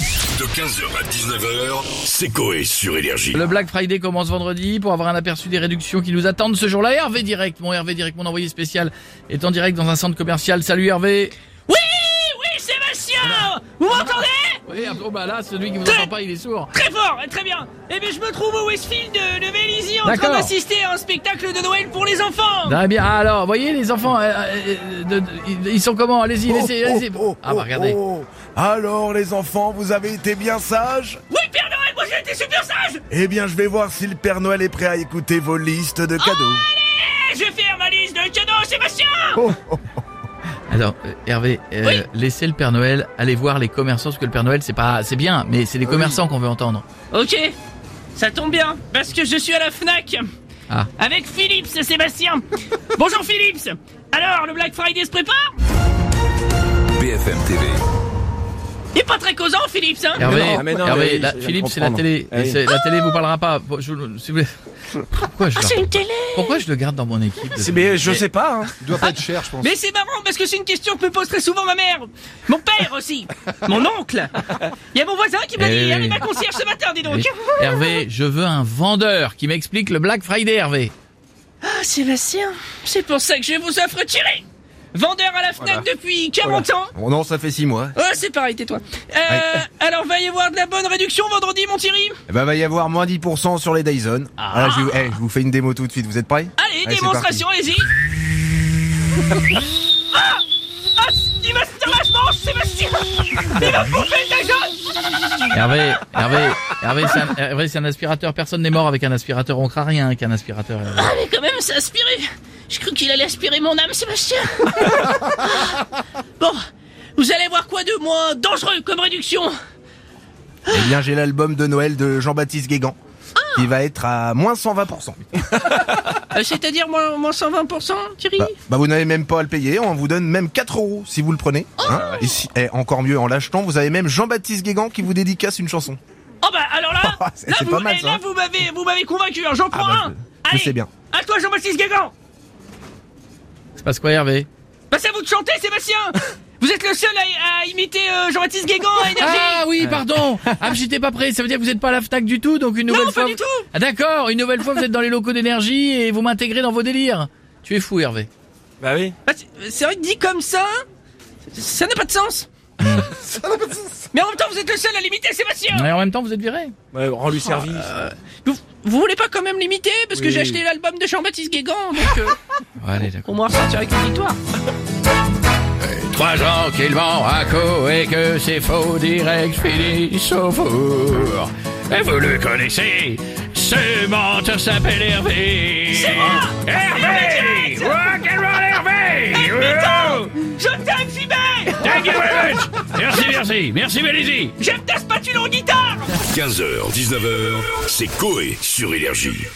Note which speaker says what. Speaker 1: De 15h à 19h, c'est Coé sur Énergie.
Speaker 2: Le Black Friday commence vendredi pour avoir un aperçu des réductions qui nous attendent ce jour-là. Hervé Direct, mon Hervé Direct, mon envoyé spécial, est en direct dans un centre commercial. Salut Hervé
Speaker 3: Oui, oui, Sébastien Vous m'entendez
Speaker 2: Oui, ah bon, bah là, celui qui vous entend pas, il est sourd.
Speaker 3: Très fort, très bien. Eh bien, je me trouve au Westfield de, de Vélizy en train
Speaker 2: D'accord.
Speaker 3: d'assister à un spectacle de Noël pour les enfants.
Speaker 2: Très bien, Ah, alors, voyez les enfants, euh, euh, euh, de- de- ils- ils sont comment Allez-y,
Speaker 4: Oh,
Speaker 2: laissez,
Speaker 4: oh,
Speaker 2: allez-y.
Speaker 4: oh,
Speaker 2: Ah bah
Speaker 4: oh,
Speaker 2: regardez.
Speaker 4: oh. Alors les enfants, vous avez été bien sages
Speaker 3: Oui, Père Noël, moi j'ai été super sage
Speaker 4: Eh bien je vais voir si le Père Noël est prêt à écouter vos listes de cadeaux.
Speaker 3: Eh, je vais faire ma liste de cadeaux, Sébastien
Speaker 2: Oh. Alors, euh, Hervé, euh,
Speaker 3: Oui.
Speaker 2: laissez le Père Noël aller voir les commerçants, parce que le Père Noël, c'est pas, c'est bien, mais
Speaker 5: Ah
Speaker 2: c'est les commerçants qu'on veut entendre.
Speaker 3: Ok, ça tombe bien, parce que je suis à la FNAC
Speaker 2: Ah.
Speaker 3: avec Philips, Sébastien Bonjour Philips Alors, le Black Friday se prépare
Speaker 5: BFM TV.
Speaker 3: Il est pas très causant, Philips, hein
Speaker 2: Hervé,
Speaker 5: non, mais non,
Speaker 2: Hervé,
Speaker 5: mais oui,
Speaker 2: la-
Speaker 5: je viens de
Speaker 2: Philippe, c'est la
Speaker 5: comprendre.
Speaker 2: télé.
Speaker 5: Ah
Speaker 2: Et
Speaker 5: oui.
Speaker 2: c'est- La télé vous parlera pas. Bon, je- si vous voulez- Pourquoi je,
Speaker 3: Ah,
Speaker 2: le-
Speaker 3: c'est une télé
Speaker 2: pourquoi je le garde dans mon équipe de-
Speaker 5: Mais je sais pas. Hein.
Speaker 3: Mais c'est marrant parce que c'est une question que me pose très souvent ma mère. Mon père aussi. Mon oncle. Il y a mon voisin qui me l'a
Speaker 2: Eh
Speaker 3: dit.
Speaker 2: oui,
Speaker 3: Elle
Speaker 2: oui.
Speaker 3: est ma concierge ce matin, dis donc.
Speaker 2: Oui. Hervé, je veux un vendeur qui m'explique le Black Friday, Hervé.
Speaker 3: Ah, Sébastien, c'est pour ça que je vous offre tirer. Vendeur à la FNAC depuis 40 ans.
Speaker 5: Bon, non, ça fait 6 mois.
Speaker 3: Oh, c'est pareil, tais-toi. Euh, Alors, va y avoir de la bonne réduction vendredi, mon Thierry
Speaker 5: Eh ben, va y avoir moins 10% sur les Dyson. Ah, je, vous- eh, je vous fais une démo tout de suite, vous êtes prêts
Speaker 3: Allez,
Speaker 5: Allez, c'est
Speaker 3: démonstration, allez-y. ah Ah, il va se dans la manche, Sébastien Il va me bouffer de la jaune
Speaker 2: Hervé, Hervé, Hervé, c'est un, Hervé, c'est un aspirateur. Personne n'est mort avec un aspirateur. On craint rien avec un aspirateur. Hervé.
Speaker 3: Ah mais quand même, ça aspirait. Je crus qu'il allait aspirer mon âme, Sébastien. bon, vous allez voir quoi de moins dangereux comme réduction
Speaker 5: Eh bien, j'ai l'album de Noël de Jean-Baptiste Guégan. Qui va être à moins 120%.
Speaker 3: Euh, C'est-à-dire moins, moins 120%, Thierry
Speaker 5: Bah, bah, vous n'avez même pas à le payer, on vous donne même 4 euros si vous le prenez. hein. Et si- eh, encore mieux, en l'achetant, vous avez même Jean-Baptiste Guégan qui vous dédicace une chanson.
Speaker 3: Oh bah alors là,
Speaker 5: C'est-
Speaker 3: là,
Speaker 5: c'est
Speaker 3: vous,
Speaker 5: pas mal,
Speaker 3: eh,
Speaker 5: ça.
Speaker 3: là, vous m'avez, vous m'avez convaincu, hein, j'en prends
Speaker 5: bah,
Speaker 3: un.
Speaker 5: je- je
Speaker 3: allez,
Speaker 5: sais bien.
Speaker 3: À toi, Jean-Baptiste Guégan.
Speaker 2: C'est parce quoi, Hervé
Speaker 3: Bah c'est à vous de chanter, Sébastien. vous êtes le seul à, à imiter euh, Jean-Baptiste Guégan à Énergie.
Speaker 2: Ah oui, pardon. Ah, mais j'étais pas prêt. Ça veut dire que vous n'êtes pas à la FNAC du tout, donc une nouvelle
Speaker 3: Non,
Speaker 2: fois.
Speaker 3: pas du tout.
Speaker 2: Ah, D'accord. Une nouvelle fois, vous êtes dans les locaux d'énergie et vous m'intégrez dans vos délires. Tu es fou, Hervé.
Speaker 3: Bah, c'est- c'est vrai que dit comme ça, ça n'a pas de sens. Mais en même temps, vous êtes le seul à l'imiter, Sébastien.
Speaker 2: Mais en même temps, vous êtes viré.
Speaker 6: Ouais, rends-lui service.
Speaker 3: Vous, vous voulez pas quand même l'imiter Parce que
Speaker 6: Oui.
Speaker 3: j'ai acheté l'album de Jean-Baptiste Guégan, donc euh,
Speaker 2: Allez, d'accord.
Speaker 3: au moins sortir avec une victoire.
Speaker 2: Trois gens qu'il ment à co et que c'est faux direct finissent au four. Et vous le connaissez, ce menteur s'appelle Hervé.
Speaker 3: Ah, Hervé
Speaker 2: Rock'n'roll Hervé Wow.
Speaker 3: Je t'aime, Fibé
Speaker 2: Thank you very much. Merci, merci, merci Bélizy
Speaker 3: J'aime ta spatule en guitare
Speaker 1: 15h, 19h, c'est Coé sur Énergie.